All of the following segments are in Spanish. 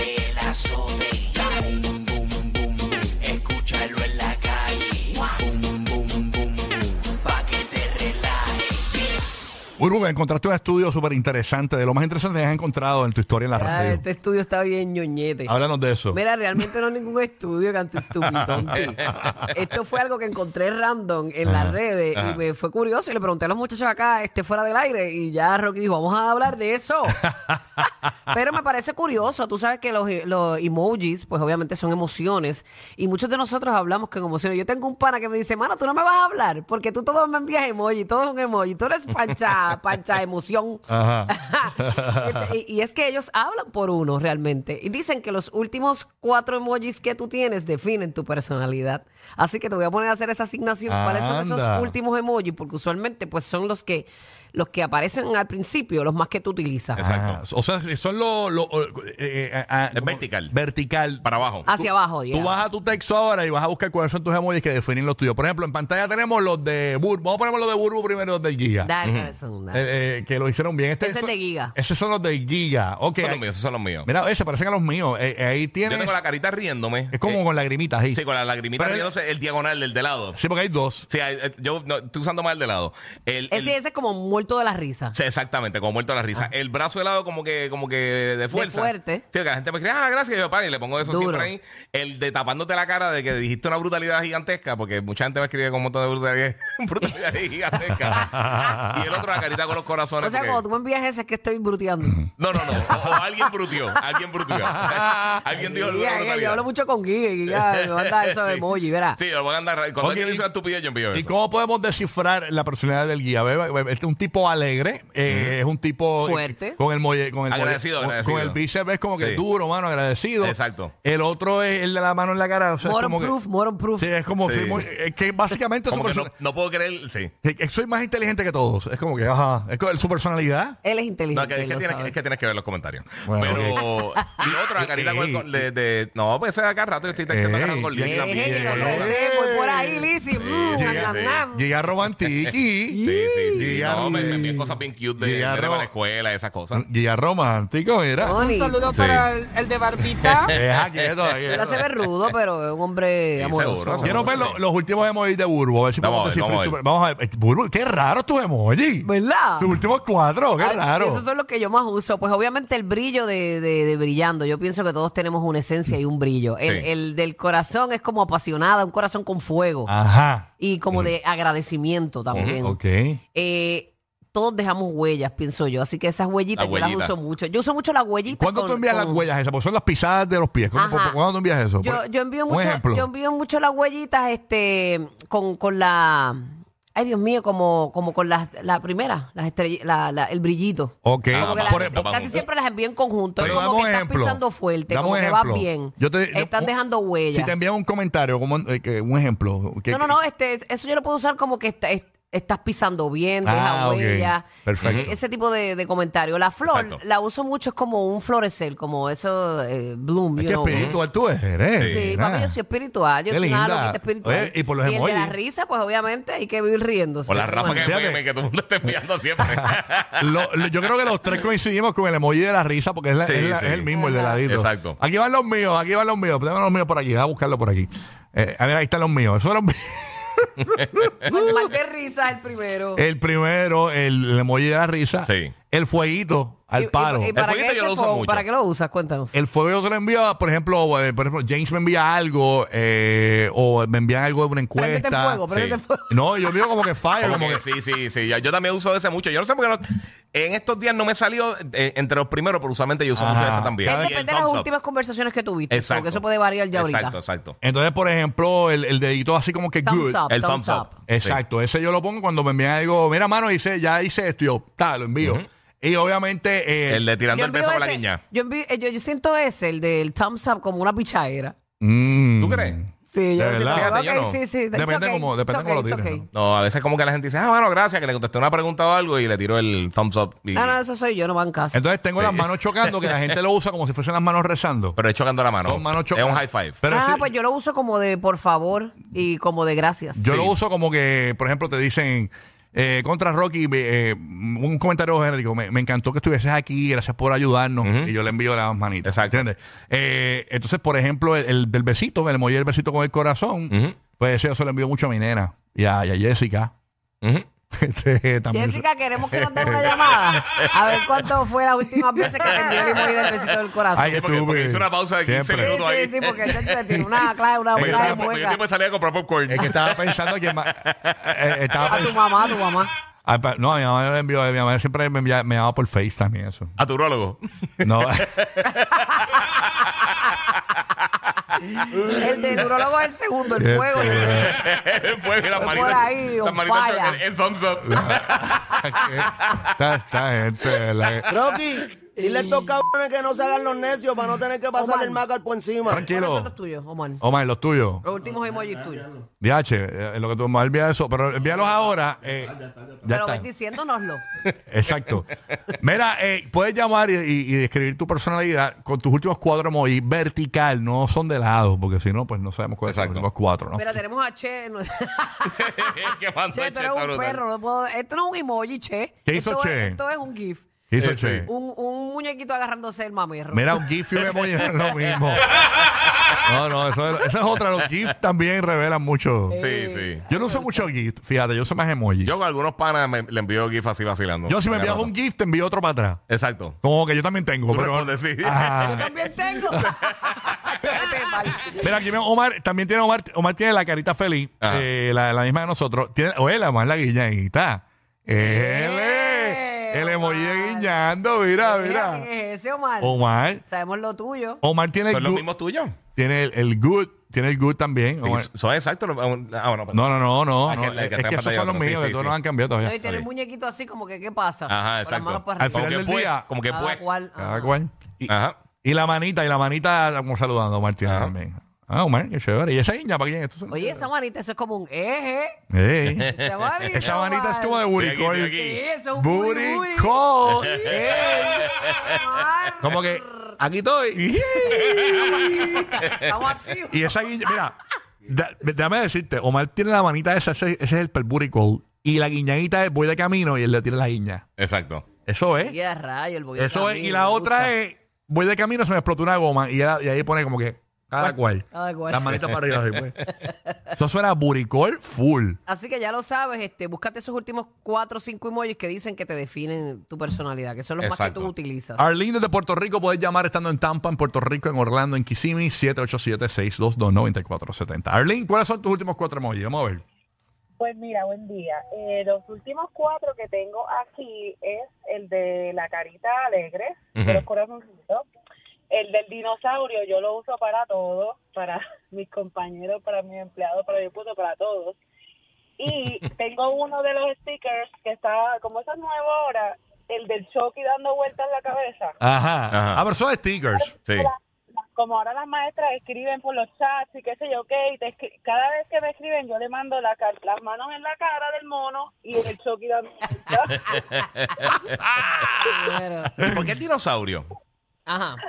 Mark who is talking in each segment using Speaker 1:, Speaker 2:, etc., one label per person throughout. Speaker 1: pedazo de boom, boom, boom, boom, boom. Escúchalo en la calle. Boom, boom, boom, boom, boom, boom. Pa' que te relajes.
Speaker 2: Burbu, encontraste un estudio súper interesante, de lo más interesante que has encontrado en tu historia en la
Speaker 3: Ah,
Speaker 2: radio.
Speaker 3: este estudio está bien ñoñete.
Speaker 2: Háblanos de eso.
Speaker 3: Mira, realmente no es ningún estudio que antistupitonti. Esto fue algo que encontré random en las redes y me fue curioso y le pregunté a los muchachos acá, este fuera del aire, y ya Rocky dijo, vamos a hablar de eso. Pero me parece curioso, tú sabes que los, los emojis, pues obviamente son emociones y muchos de nosotros hablamos con emociones. Yo tengo un pana que me dice, mano, tú no me vas a hablar porque tú todos me envías emoji, todo es un emoji, tú eres pancha, pancha emoción.
Speaker 2: Ah.
Speaker 3: Este, y, y es que ellos hablan por uno realmente. Y dicen que los últimos cuatro emojis que tú tienes definen tu personalidad. Así que te voy a poner a hacer esa asignación. ¿Cuáles son
Speaker 2: Anda.
Speaker 3: esos últimos emojis? Porque usualmente pues son los que, los que aparecen al principio, los más que tú utilizas.
Speaker 2: Ah, o sea, son los... los, eh, eh, ah,
Speaker 4: Es
Speaker 2: como-
Speaker 4: vertical.
Speaker 2: Vertical.
Speaker 4: Para abajo.
Speaker 3: Hacia abajo, ya.
Speaker 2: Tú vas a tu texto ahora y vas a buscar cuáles son tus emojis que definen los tuyos. Por ejemplo, en pantalla tenemos los de Burbu. Vamos a poner los de Burbu primero, los del Giga.
Speaker 3: Dale, Nelson, dale.
Speaker 2: Eh, eh, que lo hicieron bien. Este
Speaker 3: Ese es
Speaker 2: son-
Speaker 3: de Giga.
Speaker 2: Esos son los de Giga. Ok.
Speaker 4: Esos
Speaker 2: ahí-
Speaker 4: son los míos, esos son los míos.
Speaker 2: Mira, ese parecen a los míos. Eh, eh, ahí
Speaker 4: Yo
Speaker 2: tienes.
Speaker 4: tengo la carita riéndome.
Speaker 2: Es como
Speaker 4: Eh,
Speaker 2: con lagrimitas ahí.
Speaker 4: Sí, con la lagrimita
Speaker 2: Pero-
Speaker 4: riéndose, el diagonal, el de lado.
Speaker 2: Sí, porque hay dos.
Speaker 4: Sí, hay- eh, yo no, estoy usando más el de lado. El, el-
Speaker 3: Ese, ese es como muerto de la risa.
Speaker 4: Sí, exactamente, como muerto de la risa. El brazo de lado como que, como que de fuerza.
Speaker 3: Ah. fuerte.
Speaker 4: Sí, que la gente me escribe, ah, gracias, y yo, "Pan", y le pongo eso
Speaker 3: Duro.
Speaker 4: siempre ahí. El de tapándote la cara de que dijiste una brutalidad gigantesca, porque mucha gente me escribe con un montón de brutalidades brutalidades gigantescas. y el otro la carita con los corazones.
Speaker 3: O sea,
Speaker 4: porque-
Speaker 3: cuando tú me envías ese es que estoy bruteando.
Speaker 4: No, no, no. O, o alguien brutió. Alguien brutió. alguien
Speaker 3: Giga,
Speaker 4: dijo alguna
Speaker 3: Giga,
Speaker 4: brutalidad.
Speaker 3: yo hablo mucho con Giga, y Giga me manda esos
Speaker 4: Sí.
Speaker 3: emojis, verá.
Speaker 4: Sí, lo voy a andar. Cuando
Speaker 2: Ok,
Speaker 4: alguien
Speaker 2: y-
Speaker 4: dice una estupidez, yo envío
Speaker 2: ¿Y
Speaker 4: eso.
Speaker 2: cómo podemos descifrar la personalidad del guía? Bebe, bebe, Este es un tipo alegre, eh, es un tipo
Speaker 3: Fuerte.
Speaker 2: con el molle, con el molle-
Speaker 4: Agradecido,
Speaker 2: con,
Speaker 4: agradecido.
Speaker 2: con el bíceps es como que
Speaker 4: Sí.
Speaker 2: duro, mano, agradecido.
Speaker 4: Exacto.
Speaker 2: El otro es el de la mano en la cara, o sea, es
Speaker 3: Moron
Speaker 2: como que-
Speaker 3: proof, moron proof.
Speaker 2: sí, es como
Speaker 4: Sí.
Speaker 2: sí, muy- es que básicamente su
Speaker 4: Como que no,
Speaker 2: persona-
Speaker 4: no puedo creer. Sí.
Speaker 2: es que soy más inteligente que todos, es como que ajá, es como- su personalidad.
Speaker 3: Él es
Speaker 4: No,
Speaker 3: inteligente.
Speaker 4: que, es,
Speaker 3: él
Speaker 4: que
Speaker 3: lo
Speaker 4: tienes,
Speaker 3: sabe.
Speaker 4: es que tienes que ver los comentarios.
Speaker 2: Bueno,
Speaker 4: Pero. Y lo otro, la carita con el. con- de, de- no, pues ese de acá rato yo estoy textando
Speaker 2: Ey,
Speaker 4: acá con Lili
Speaker 2: ey,
Speaker 4: también.
Speaker 3: Ejé, lo
Speaker 2: ey,
Speaker 4: No,
Speaker 2: ey.
Speaker 3: recé, voy por ahí, Lizzy. mm,
Speaker 4: sí,
Speaker 3: nam,
Speaker 4: sí.
Speaker 3: nam.
Speaker 2: Llega Romantiki.
Speaker 4: Sí, sí, sí.
Speaker 2: Llega-
Speaker 4: No, me, me envían cosas bien cute de,
Speaker 2: Llega
Speaker 4: de
Speaker 2: Ro-
Speaker 4: la escuela, esas cosas.
Speaker 2: Guía romántico, mira.
Speaker 3: Bonito.
Speaker 4: Sí.
Speaker 2: Deja quieto,
Speaker 3: Él
Speaker 2: quieto.
Speaker 3: se ve rudo, pero es un hombre
Speaker 4: Sí, seguro,
Speaker 3: amoroso.
Speaker 4: seguro.
Speaker 2: Quiero ver los, los últimos emojis de Burbo, a ver si
Speaker 4: Vamos
Speaker 2: podemos
Speaker 4: a ver,
Speaker 2: descifrar
Speaker 4: vamos a
Speaker 2: su-
Speaker 4: ver.
Speaker 2: Vamos a ver. Eh, Burbo, qué raro tus emojis.
Speaker 3: ¿Verdad?
Speaker 2: Tus últimos cuatro, qué
Speaker 3: Ah. Ay,
Speaker 2: raro.
Speaker 3: Esos son los que yo más uso. Pues obviamente el brillo de, de- de brillando. Yo pienso que todos tenemos una esencia y un brillo. El,
Speaker 4: Sí.
Speaker 3: el del corazón es como apasionada, un corazón con fuego.
Speaker 2: Ajá.
Speaker 3: Y como de agradecimiento también.
Speaker 2: Ah. Ok.
Speaker 3: Eh, todos dejamos huellas, pienso yo. Así que esas huellitas
Speaker 4: Las
Speaker 3: yo las
Speaker 4: huellitas.
Speaker 3: uso mucho. Yo uso mucho las huellitas.
Speaker 2: ¿Cuándo tú
Speaker 3: con-
Speaker 2: envías
Speaker 3: con-
Speaker 2: las huellas esas? Porque son las pisadas de los pies. ¿Cómo-
Speaker 3: Ajá.
Speaker 2: ¿Cuándo tú envías eso?
Speaker 3: Yo,
Speaker 2: Pues Por-
Speaker 3: yo envío
Speaker 2: un
Speaker 3: mucho,
Speaker 2: ejemplo.
Speaker 3: yo envío mucho las huellitas este con, con la ay Dios mío, como, como con las la primera, las estrell- la- la- el brillito.
Speaker 2: Ok.
Speaker 3: Como que
Speaker 4: Ah, vamos,
Speaker 3: las-
Speaker 4: por ejemplo,
Speaker 3: casi
Speaker 4: vamos.
Speaker 3: siempre las envío en conjunto.
Speaker 2: Pero
Speaker 3: es como
Speaker 2: dame
Speaker 3: que
Speaker 2: un
Speaker 3: estás
Speaker 2: ejemplo.
Speaker 3: pisando fuerte,
Speaker 2: Dame
Speaker 3: como
Speaker 2: un
Speaker 3: que vas
Speaker 2: ejemplo.
Speaker 3: bien.
Speaker 2: Yo te- yo-
Speaker 3: Están
Speaker 2: un-
Speaker 3: dejando huellas.
Speaker 2: Si te envían un comentario, como un, eh, que- un ejemplo. que-
Speaker 3: No, no, no, este, eso yo lo puedo usar como que está- es- estás pisando bien, deja
Speaker 2: Ah, ok.
Speaker 3: huella.
Speaker 2: Perfecto.
Speaker 3: Eh, Ese tipo de, de comentario. La flor
Speaker 4: Exacto.
Speaker 3: la uso mucho es como un florecer, como eso, eh, bloom,
Speaker 2: Es
Speaker 3: you
Speaker 2: que
Speaker 3: know.
Speaker 2: espiritual tú eres.
Speaker 3: Sí,
Speaker 2: nena.
Speaker 3: papi, yo soy espiritual, yo
Speaker 2: Qué
Speaker 3: soy una
Speaker 2: linda.
Speaker 3: loquita espiritual.
Speaker 2: Oye, y por los
Speaker 3: el de la
Speaker 2: emojis.
Speaker 3: risa, pues obviamente hay que vivir riéndose.
Speaker 4: O la Rafa que,
Speaker 2: Fíjate.
Speaker 4: meme que todo el mundo está enviando siempre.
Speaker 2: Lo- lo- yo creo que los tres coincidimos con el emoji de la risa porque es, la-
Speaker 4: Sí,
Speaker 2: es la-
Speaker 4: sí.
Speaker 2: es el mismo, el de
Speaker 3: Ajá.
Speaker 2: ladito.
Speaker 4: Exacto.
Speaker 2: Aquí van los míos, aquí van los míos. Tengo los míos por aquí, voy a buscarlo por aquí. Eh, a ver, ahí están los míos. Esos son los míos.
Speaker 3: Bueno, mal de risa es el primero.
Speaker 2: El primero, el, el emoji de la risa.
Speaker 4: Sí.
Speaker 2: El fueguito
Speaker 3: Y- y-
Speaker 2: al paro.
Speaker 3: y para,
Speaker 4: El
Speaker 3: qué
Speaker 4: fueguito yo
Speaker 3: ese
Speaker 4: lo uso
Speaker 3: fo-
Speaker 4: mucho.
Speaker 3: ¿Para qué lo usas? Cuéntanos.
Speaker 2: El fuego se lo envía, por ejemplo, eh, por ejemplo, James me envía algo eh, o me envían algo de una
Speaker 3: Préndete
Speaker 2: encuesta.
Speaker 3: en fuego,
Speaker 4: sí.
Speaker 3: préndete en fuego.
Speaker 2: No, yo envío como que fire,
Speaker 4: Como
Speaker 2: como
Speaker 4: que
Speaker 2: que
Speaker 4: sí, sí, sí. Yo, yo también uso ese mucho. Yo no sé por qué no- en estos días no me salió eh, entre los primeros, pero usualmente yo uso mucho
Speaker 2: Ajá.
Speaker 4: esa también.
Speaker 2: Es
Speaker 4: Y el
Speaker 3: Depende de las
Speaker 4: thumbs up.
Speaker 3: últimas conversaciones que tuviste.
Speaker 4: Exacto.
Speaker 3: Porque eso puede variar ya ahorita.
Speaker 4: Exacto, exacto.
Speaker 2: Entonces, por ejemplo, el, el dedito así como que
Speaker 3: Thumbs
Speaker 2: good.
Speaker 3: up,
Speaker 4: El
Speaker 3: thumbs
Speaker 4: thumbs
Speaker 3: up.
Speaker 4: up.
Speaker 2: Exacto, ese yo lo pongo cuando me envían algo. Mira, mano, dice, ya hice esto, yo, ta, lo envío. Y obviamente. eh,
Speaker 4: El de tirando el
Speaker 3: envío
Speaker 4: beso con la
Speaker 3: ese-
Speaker 4: niña.
Speaker 3: Yo, envío- eh, yo, yo siento ese, el del thumbs up, como una pichadera.
Speaker 2: mm,
Speaker 4: ¿Tú crees?
Speaker 3: Sí, yo
Speaker 2: De
Speaker 3: siento,
Speaker 2: verdad.
Speaker 3: ok,
Speaker 4: Fíjate, yo no.
Speaker 3: sí, sí. it's
Speaker 2: Depende
Speaker 3: okay,
Speaker 2: cómo-
Speaker 3: it's
Speaker 2: depende cómo lo
Speaker 3: okay, it's
Speaker 2: tires,
Speaker 3: okay.
Speaker 4: No, a veces como que la gente dice, ah, bueno, gracias, que le contesté una pregunta o algo y le tiro el thumbs up. y-
Speaker 3: Ah, No, no, eso soy yo, no van caso.
Speaker 2: Entonces tengo las manos chocando, que la gente lo usa como si fuesen las manos rezando.
Speaker 4: Pero es chocando la mano.
Speaker 2: Son manos
Speaker 4: es
Speaker 2: chocando.
Speaker 4: un high five.
Speaker 2: Pero
Speaker 3: ah,
Speaker 2: sí,
Speaker 3: pues yo lo uso como de por favor y como de gracias.
Speaker 2: yo lo
Speaker 4: sí.
Speaker 2: uso como que, por ejemplo, te dicen. Eh, contra Rocky, eh, un comentario genérico. Me, me encantó que estuvieses aquí, gracias por ayudarnos. Y yo le envío las manitas.
Speaker 4: Exacto.
Speaker 2: ¿entiendes? Eh, entonces, por ejemplo, el, el del besito, el emoji del besito con el corazón,
Speaker 4: Ujú.
Speaker 2: pues eso se lo envió mucho a mi nena y a, y a Jessica.
Speaker 4: Ujú.
Speaker 2: Este, también se-
Speaker 3: Jessica, queremos que nos den una llamada. A ver cuánto fue las últimas veces que te envió el emoji del besito del corazón.
Speaker 2: Ay,
Speaker 4: Sí, porque-
Speaker 2: estuve.
Speaker 4: porque hizo una pausa de 15
Speaker 2: Siempre.
Speaker 3: sí,
Speaker 4: minutos ahí.
Speaker 3: sí, pues, sí, porque ese tiene una clave, una
Speaker 2: Porque yo
Speaker 3: clave
Speaker 2: tengo-
Speaker 4: Porque yo
Speaker 3: hueca.
Speaker 4: tiempo de salir a comprar popcorn.
Speaker 2: Es que estaba pensando que ma- eh, estaba
Speaker 3: A tu
Speaker 2: pens-
Speaker 3: mamá, a tu mamá.
Speaker 2: Ah, pa- no, mi mamá me envió, mi mamá siempre me envía- me llamaba por Face también eso.
Speaker 4: A tu urologo.
Speaker 2: No,
Speaker 3: El de urologo es el segundo, el fuego.
Speaker 2: Este,
Speaker 3: y el-
Speaker 4: Fue que las
Speaker 3: Fue por
Speaker 4: manitas.
Speaker 3: ahí, on
Speaker 4: las manitas-
Speaker 3: fire.
Speaker 4: el, el thumbs up.
Speaker 2: esta, esta gente, la-
Speaker 5: Rocky, dile a estos cabrones que no se hagan los necios para no tener que pasar el macal por encima.
Speaker 3: ¿Cuáles son
Speaker 2: tranquilo.
Speaker 3: los tuyos, Omar?
Speaker 2: Omar, los tuyos.
Speaker 3: Los últimos emojis tuyos.
Speaker 2: DH, eh, lo que tú más envía eso, pero envíalos ahora. eh, ya
Speaker 3: Pero
Speaker 2: está.
Speaker 3: ven diciéndonoslo.
Speaker 2: Exacto. Mira, eh, puedes llamar y, y- y describir tu personalidad con tus últimos cuatro emoji vertical, no son de lado, porque si no, pues no sabemos cuáles son los
Speaker 4: Exacto.
Speaker 2: últimos cuatro, ¿no?
Speaker 3: Mira, tenemos a Che. no-
Speaker 4: que mandó
Speaker 3: che,
Speaker 4: el
Speaker 3: tú
Speaker 4: chat,
Speaker 3: eres
Speaker 4: está
Speaker 3: un
Speaker 4: brutal.
Speaker 3: perro. no puedo- Esto no es un emoji, Che.
Speaker 2: ¿Qué hizo
Speaker 3: Esto es-
Speaker 2: Che?
Speaker 3: esto es un GIF.
Speaker 2: ¿Qué hizo
Speaker 4: Eh, sí.
Speaker 2: Che?
Speaker 3: Un, un muñequito agarrándose el mamerro.
Speaker 2: Mira, un GIF y un emoji no es lo mismo. No, no, eso, es- esa es otra. Los GIFs también revelan mucho.
Speaker 4: Sí, sí.
Speaker 2: Yo no uso mucho GIF, fíjate, yo uso más emojis.
Speaker 4: Yo
Speaker 2: Yo,
Speaker 4: con algunos panas me- le envío GIF así vacilando.
Speaker 2: si me envías un GIF, te envío otro para atrás.
Speaker 4: Exacto.
Speaker 2: Como que yo también tengo,
Speaker 4: Tú
Speaker 2: pero.
Speaker 4: respondes, sí.
Speaker 3: Yo también tengo. Che, vete mal.
Speaker 2: Mira, aquí veo Omar, también tiene Omar, Omar tiene la carita feliz,
Speaker 4: Ajá.
Speaker 2: eh, la, la misma de nosotros. Tiene, oye, la más la guiñadita.
Speaker 3: Eh,
Speaker 2: ¡Ele! El emoji de
Speaker 3: Omar. Eh,
Speaker 2: guiñando, mira,
Speaker 3: Mira,
Speaker 2: mira.
Speaker 3: ¿qué es ese, Omar?
Speaker 2: Omar,
Speaker 3: Sabemos lo tuyo.
Speaker 2: Omar tiene el
Speaker 4: ¿Son los
Speaker 2: good,
Speaker 4: mismos tuyos?
Speaker 2: tiene el, el good, tiene el good también. Omar.
Speaker 4: Sí, Son exactos. los- Ah, bueno,
Speaker 2: eh. No, no, no, no.
Speaker 4: Ah, que
Speaker 2: no,
Speaker 4: la-
Speaker 2: es
Speaker 4: que
Speaker 2: es
Speaker 4: está
Speaker 2: que esos son
Speaker 4: pantalla
Speaker 2: los
Speaker 4: atrás, sí,
Speaker 2: míos,
Speaker 4: sí,
Speaker 2: que todos
Speaker 4: sí.
Speaker 2: no han cambiado
Speaker 3: No, y
Speaker 2: todavía.
Speaker 3: tiene
Speaker 4: ok.
Speaker 3: el muñequito así como que, ¿qué pasa?
Speaker 4: Ajá,
Speaker 3: Con las manos
Speaker 4: exacto.
Speaker 2: Al
Speaker 3: para arriba.
Speaker 4: Como
Speaker 2: final
Speaker 4: que
Speaker 2: del
Speaker 4: pues,
Speaker 2: día,
Speaker 4: como que
Speaker 3: Cada
Speaker 4: pues.
Speaker 3: cual, ajá.
Speaker 2: cada cual. Y,
Speaker 4: Ajá.
Speaker 2: y la manita, y la manita como saludando, Omar tiene
Speaker 4: Ah. Ajá.
Speaker 2: también. Ah, Omar, qué chévere. ¿Y esa guiña para quién? es? Esto se-
Speaker 3: Oye, esa manita, eso es como un eje. ¿eh?
Speaker 2: Ey.
Speaker 3: Esa manita,
Speaker 2: Esa manita es como de
Speaker 4: Estoy aquí,
Speaker 2: buricol.
Speaker 4: estoy
Speaker 3: Sí, eso es un booty,
Speaker 2: Booty
Speaker 3: booty.
Speaker 2: call. Ey.
Speaker 3: Omar.
Speaker 2: Como que aquí estoy.
Speaker 3: Estamos activos.
Speaker 2: y esa guiña, mira, da- déjame decirte, Omar tiene la manita esa, ese, ese es el booty call. Y la guiñadita es voy de camino y él le tira la guiña.
Speaker 4: Exacto.
Speaker 2: Eso es.
Speaker 3: Y a rayo, el boy de
Speaker 2: Eso es.
Speaker 3: camino,
Speaker 2: Y la
Speaker 3: me
Speaker 2: otra
Speaker 3: gusta.
Speaker 2: es voy de camino, se me explotó una goma y, ya- y ahí pone como que cada cual.
Speaker 3: Cada cual.
Speaker 2: Las manitas para arriba. así, pues. Eso suena booty call full.
Speaker 3: Así que ya lo sabes, este, búscate esos últimos cuatro o cinco emojis que dicen que te definen tu personalidad, que son los más que
Speaker 4: Exacto.
Speaker 3: tú utilizas.
Speaker 2: Arlene de Puerto Rico, podés llamar estando en Tampa, en Puerto Rico, en Orlando, en Kissimmee, 787-622-9470. Arlene, ¿cuáles son tus últimos cuatro emojis? Vamos a ver.
Speaker 6: Pues mira, buen día. Eh, los últimos cuatro que tengo aquí es el de la carita alegre,
Speaker 4: Ujú.
Speaker 6: de los corazoncitos. El del dinosaurio yo lo uso para todo, para mis compañeros, para mis empleados, para mi puto, para todos. Y tengo uno de los stickers que está, como eso es nuevo ahora, el del Chucky dando vueltas en la cabeza.
Speaker 2: Ajá.
Speaker 4: Ajá.
Speaker 2: A ver, son stickers.
Speaker 4: Sí.
Speaker 6: Como ahora las maestras escriben por los chats y qué sé yo qué, y te escri- cada vez que me escriben yo le mando la car- las manos en la cara del mono y el Chucky dando vueltas.
Speaker 2: Ah.
Speaker 3: Pero-
Speaker 4: ¿Y por qué el dinosaurio?
Speaker 3: ajá.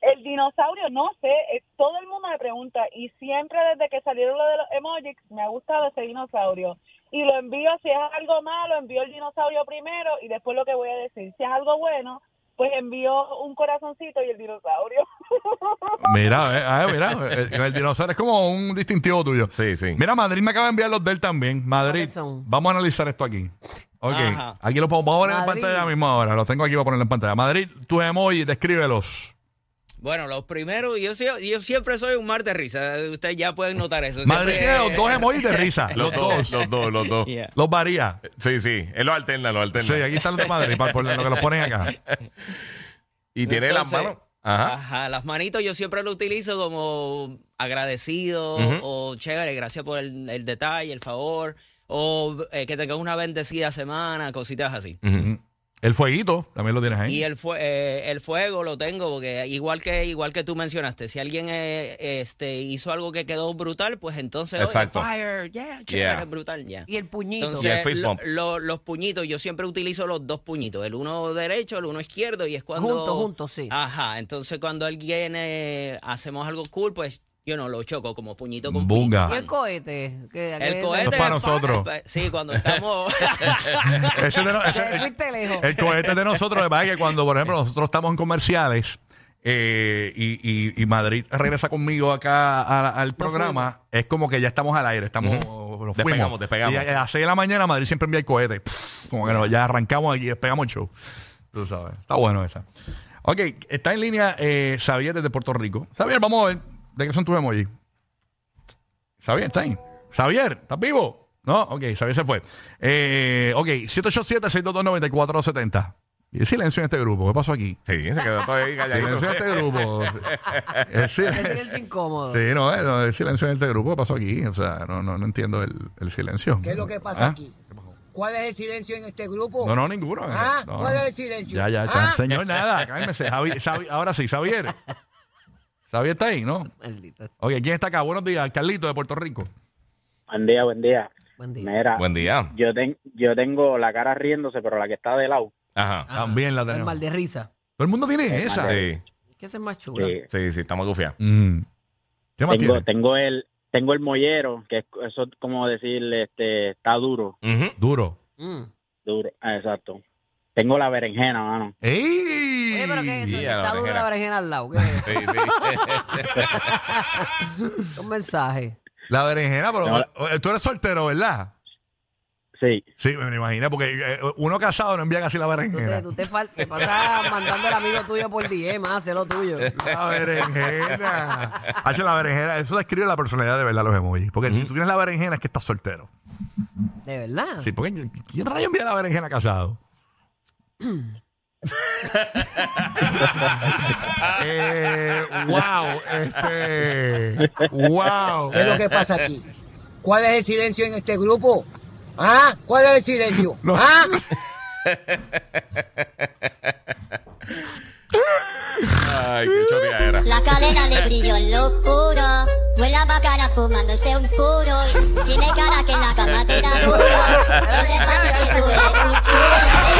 Speaker 6: El dinosaurio, no sé, eh, todo el mundo me pregunta y siempre desde que salieron lo de los emojis me ha gustado ese dinosaurio. Y lo envío, si es algo malo, envío el dinosaurio primero y después lo que voy a decir. Si es algo bueno, pues envío un corazoncito y el dinosaurio.
Speaker 2: Mira, eh, ah, mira, eh, el, dinosaurio es como un distintivo tuyo.
Speaker 4: Sí, sí.
Speaker 2: Mira, Madrid me acaba de enviar los del también. Madrid,
Speaker 3: ¿Cuáles son?
Speaker 2: vamos a analizar esto aquí. Ok, aquí lo pongo, vamos a poner
Speaker 3: Madrid.
Speaker 2: en pantalla mismo ahora. Los tengo aquí, voy a poner en pantalla. Madrid, tus emojis, descríbelos.
Speaker 7: Bueno, los primeros, yo, sie- yo siempre soy un mar de risa. Ustedes ya pueden notar eso.
Speaker 2: Madrid
Speaker 7: Siempre-
Speaker 2: tiene los dos emojis de risa. los dos.
Speaker 4: Los dos, los dos.
Speaker 7: Yeah.
Speaker 2: Los varía.
Speaker 4: Sí, sí. Él lo alterna, lo alterna.
Speaker 2: Sí, aquí están los de Madrid, para por lo que los ponen acá.
Speaker 4: Y tiene las
Speaker 7: Entonces,
Speaker 4: manos. Ajá.
Speaker 7: Ajá, las manitos yo siempre lo utilizo como agradecido
Speaker 4: Ujú.
Speaker 7: o chévere, gracias por el, el detalle, el favor, o eh, que tengas una bendecida semana, cositas así.
Speaker 4: Ujú.
Speaker 2: El fueguito también lo tienes ahí.
Speaker 7: Y el, fue- eh, el fuego lo tengo, porque igual que igual que tú mencionaste, si alguien eh, este, hizo algo que quedó brutal, pues entonces, oye,
Speaker 4: Exacto.
Speaker 7: fire, yeah, chévere,
Speaker 4: Yeah.
Speaker 7: brutal, ya.
Speaker 3: Y el puñito.
Speaker 4: Y el
Speaker 7: Entonces,
Speaker 4: fist
Speaker 7: lo-
Speaker 4: bump.
Speaker 7: lo- los puñitos, yo siempre utilizo los dos puñitos, el uno derecho, el uno izquierdo, y es cuando...
Speaker 3: Juntos, juntos, sí.
Speaker 7: Ajá, entonces cuando alguien eh, hacemos algo cool, pues yo no lo choco como puñito con puñito.
Speaker 2: Bunga.
Speaker 3: Y el cohete. Que,
Speaker 7: El
Speaker 3: aquel-
Speaker 7: cohete.
Speaker 2: Eso es para nosotros.
Speaker 7: pa- Sí, cuando estamos.
Speaker 2: Ese de no-
Speaker 3: Te
Speaker 2: ese-
Speaker 3: fuiste lejos.
Speaker 2: el cohete de nosotros, de verdad que cuando, por ejemplo, nosotros estamos en comerciales eh, y, y- y Madrid regresa conmigo acá a- al programa, es como que ya estamos al aire, estamos. nos fuimos.
Speaker 4: Despegamos, despegamos.
Speaker 2: Y a, a las 6 de la mañana Madrid siempre envía el cohete. Pff, como que no, ya arrancamos y despegamos el show. Tú sabes, está bueno esa. Ok, está en línea eh, Xavier desde Puerto Rico. Xavier, vamos a ver, ¿de qué son tus emojis? Xavier, ¿está ahí? Xavier, ¿estás vivo? No, ok, Xavier se fue. Eh, ok, 787-622-9470. Y silencio en este grupo, ¿qué pasó aquí?
Speaker 4: Sí, se quedó todo ahí calladito.
Speaker 2: Silencio en este grupo. Eh, sí,
Speaker 3: Es silencio incómodo.
Speaker 2: sí, no, eh, no, el silencio en este grupo, ¿qué pasó aquí? O sea, no, no, no entiendo el, el silencio.
Speaker 8: ¿Qué es lo que
Speaker 2: ¿Ah?
Speaker 8: pasa aquí? ¿Cuál es el silencio en este grupo?
Speaker 2: No, no, ninguno. eh,
Speaker 8: Ah,
Speaker 2: no,
Speaker 8: ¿cuál
Speaker 2: no.
Speaker 8: es el silencio?
Speaker 2: Ya, ya, ya.
Speaker 8: Ah.
Speaker 2: Señor, nada, cálmese. Javi- Xavi- ahora sí, Xavier. Xavier está ahí, ¿no?
Speaker 3: Maldito.
Speaker 2: Oye, ¿quién está acá? Buenos días, Carlito de Puerto Rico.
Speaker 9: Buen día, buen día.
Speaker 3: Buen día.
Speaker 9: Mira,
Speaker 4: Buen día.
Speaker 9: yo, ten- yo tengo la cara riéndose, pero la que está de lado.
Speaker 4: Ajá.
Speaker 3: Ajá.
Speaker 2: También la
Speaker 3: El
Speaker 2: tenemos.
Speaker 3: mal de risa.
Speaker 2: Todo el mundo tiene esa.
Speaker 4: Sí,
Speaker 3: Que ese es más chula.
Speaker 9: Sí.
Speaker 4: sí, sí, estamos gufiados.
Speaker 2: Mm. ¿Qué más
Speaker 9: eh, Tengo,
Speaker 2: tiene?
Speaker 9: tengo el tengo el mollero, que es- eso es como decir, este, está duro,
Speaker 4: Ujú.
Speaker 2: Duro.
Speaker 3: Mm.
Speaker 9: duro, ah, exacto. Tengo la berenjena, mano.
Speaker 2: ¡Ey!
Speaker 3: Oye, pero ¿qué es eso?
Speaker 4: Sí,
Speaker 3: Que
Speaker 4: a la
Speaker 3: está dura
Speaker 4: berenjena.
Speaker 3: la berenjena al lado. ¿Qué es
Speaker 4: Sí, sí.
Speaker 3: eso? Un mensaje.
Speaker 2: La berenjena, pero
Speaker 9: No, la-
Speaker 2: oye, tú eres soltero, ¿verdad?
Speaker 9: Sí,
Speaker 2: Sí, me lo imagino, porque eh, uno casado no envía casi la
Speaker 3: Tú te,
Speaker 2: berenjena.
Speaker 3: tú te, fal- te pasas mandando al amigo tuyo por DM, hace lo tuyo.
Speaker 2: La berenjena. Hace la berenjena. Eso describe la personalidad de verdad, los emojis. Porque si tú tienes la berenjena es que estás soltero.
Speaker 3: De verdad.
Speaker 2: Sí, porque ¿quién rayo envía la berenjena casado? Eh, wow, este, wow.
Speaker 8: ¿Qué es lo que pasa aquí? ¿Cuál es el silencio en este grupo? ¿Ah? ¿Cuál es el silencio?
Speaker 2: No.
Speaker 8: ¿Ah?
Speaker 4: Ay, qué chotea era.
Speaker 10: La cadena le brilló locura. Huele a bacana fumándose un puro. Tiene cara que en la cama te da duro. Ese papi que tú eres muy chulo.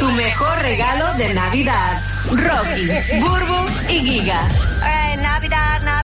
Speaker 11: Tu mejor regalo de Navidad. Rocky, Burbu y Giga. Navidad, Navidad.